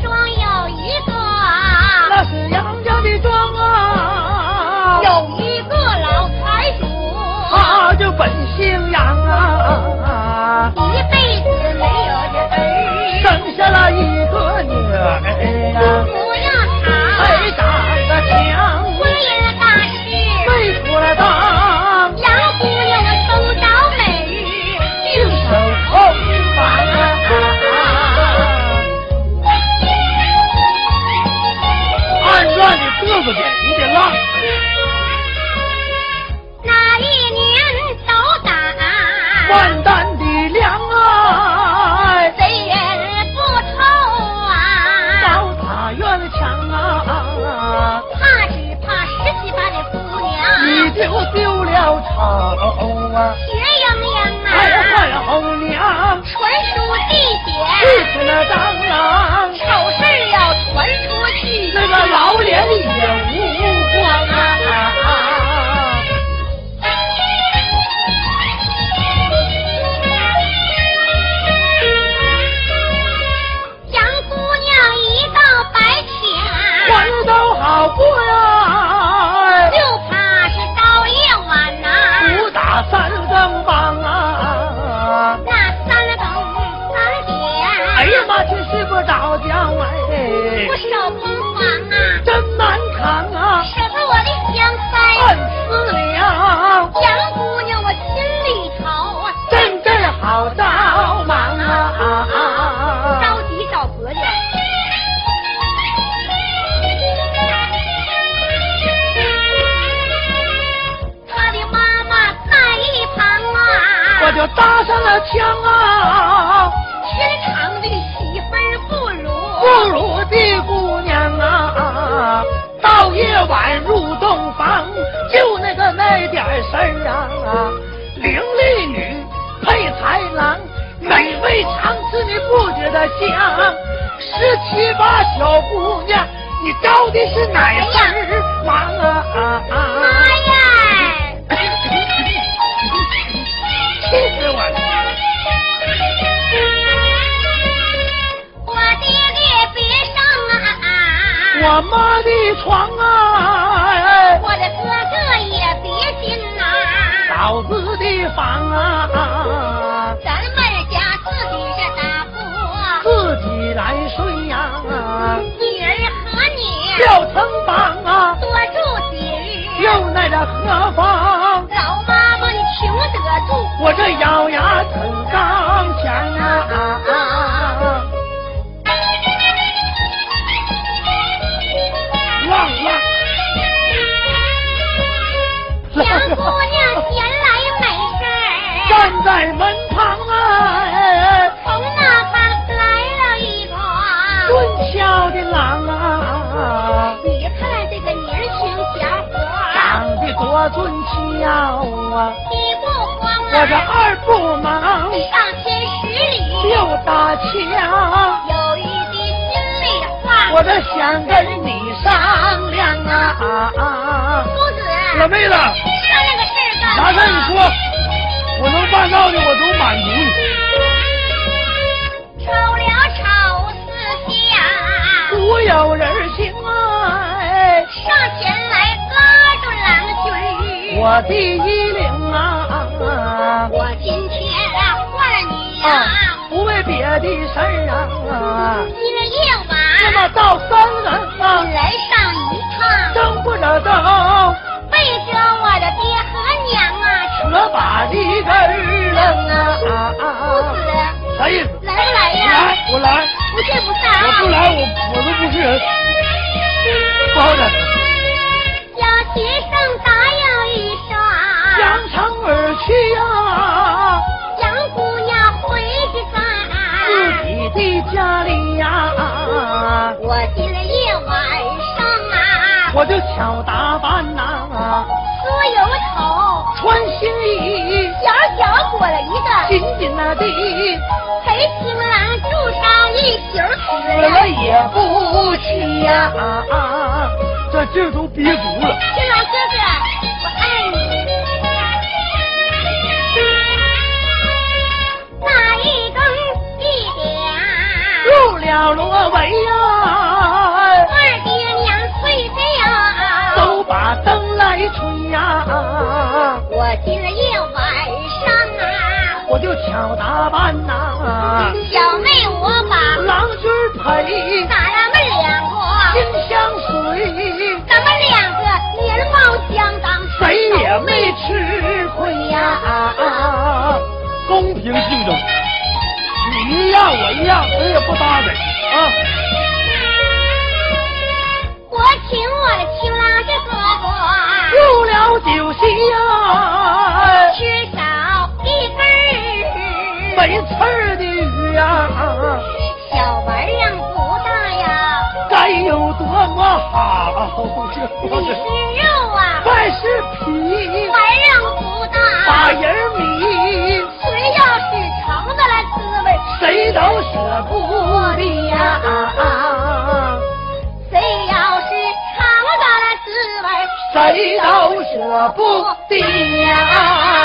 啊啊啊，不要吵，谁打的枪婚姻大事没出来当，杨姑娘抽着美玉，净手后啊反啊！按院里嘚瑟去，你得浪。那一年斗胆，万担的粮啊，谁人不抽啊？到塔院的墙啊，怕只怕十七八的姑你娘就丢了草啊！血盈盈哎，啊，坏后娘，纯属地气死那蟑螂血，，丑事要传出去。那个老脸也无光啊！杨姑娘一到白天，官都好过呀，就怕是到夜晚呐、主打三更梆啊！那三更三哎点，呀妈，去睡不着觉哎我，手工房啊，真难扛啊！舍得我的香腮，暗思量，杨姑娘我心里头阵阵好着忙啊！着急找婆家。他的妈妈在一旁我啊，就搭上了枪啊，天长这个媳妇儿不如，不如的姑娘啊，到夜晚入洞房，就那个那点事儿啊，伶俐女配豺狼，美味常吃你不觉得香？十七八小姑娘，你招的是哪份儿忙啊？啊啊妈呀！气死我了！我爹爹别上啊，我妈的床啊，我的哥哥也别进呐、嫂子的房啊，咱们家自己这大铺，自己来睡呀、女儿和你吊成房啊，多住几日，又那个何妨？老妈妈你挺得住。我这咬牙挺刚强 啊，浪浪杨姑娘闲来没事儿，站在门旁啊，从那方来了一个。蹲敲的郎啊，你看这个年轻小伙儿，长得多俊俏啊，你不慌我这啊，二不忙。上天十里，又搭桥，有一句心里话，我这想跟你商量啊！夫子，老妹子，商量个事儿干啥事儿你说，我能办到的我都满足你。说。瞅了瞅四下，古有人行哎，上前来拉住郎君，我的衣领啊，我今天啊换了你啊啊，不为别的事儿啊，今儿夜那么晚到三更啊你，来上一趟。争不着道，背着我的爹和娘啊，扯把的根儿扔夫啊，子啥意思？来不来我呀？来，我来，不是不是我啊不，来，我我都不是人，不好整。小学生答应一声，扬长而去啊。杨姑娘回去自吧。己的家里呀、我今儿夜晚上啊，我就巧打扮呐、梳油头，穿新衣，小小裹了一个，紧紧那的，陪情郎住上一宿死了时。也不屈呀、这劲儿都憋足了。新郎哥哥，我爱你。那一更一点，入了罗围呀、二爹娘啊睡觉。都把灯来吹呀、我今儿夜晚上啊，我就巧打扮呐、小妹我把郎君陪，咱们两个嗯英竞争，你一样我一样，谁也不搭谁啊！我请我的青郎这哥哥入了酒席呀、吃少一根儿，没刺儿的鱼呀、小玩意儿不大呀，该有多么好呀！你是肉啊，怪是皮，玩意儿不把大，人迷，谁要是橙子来滋味儿，谁都舍不得呀、谁要是尝到了滋味儿，谁都舍不得呀、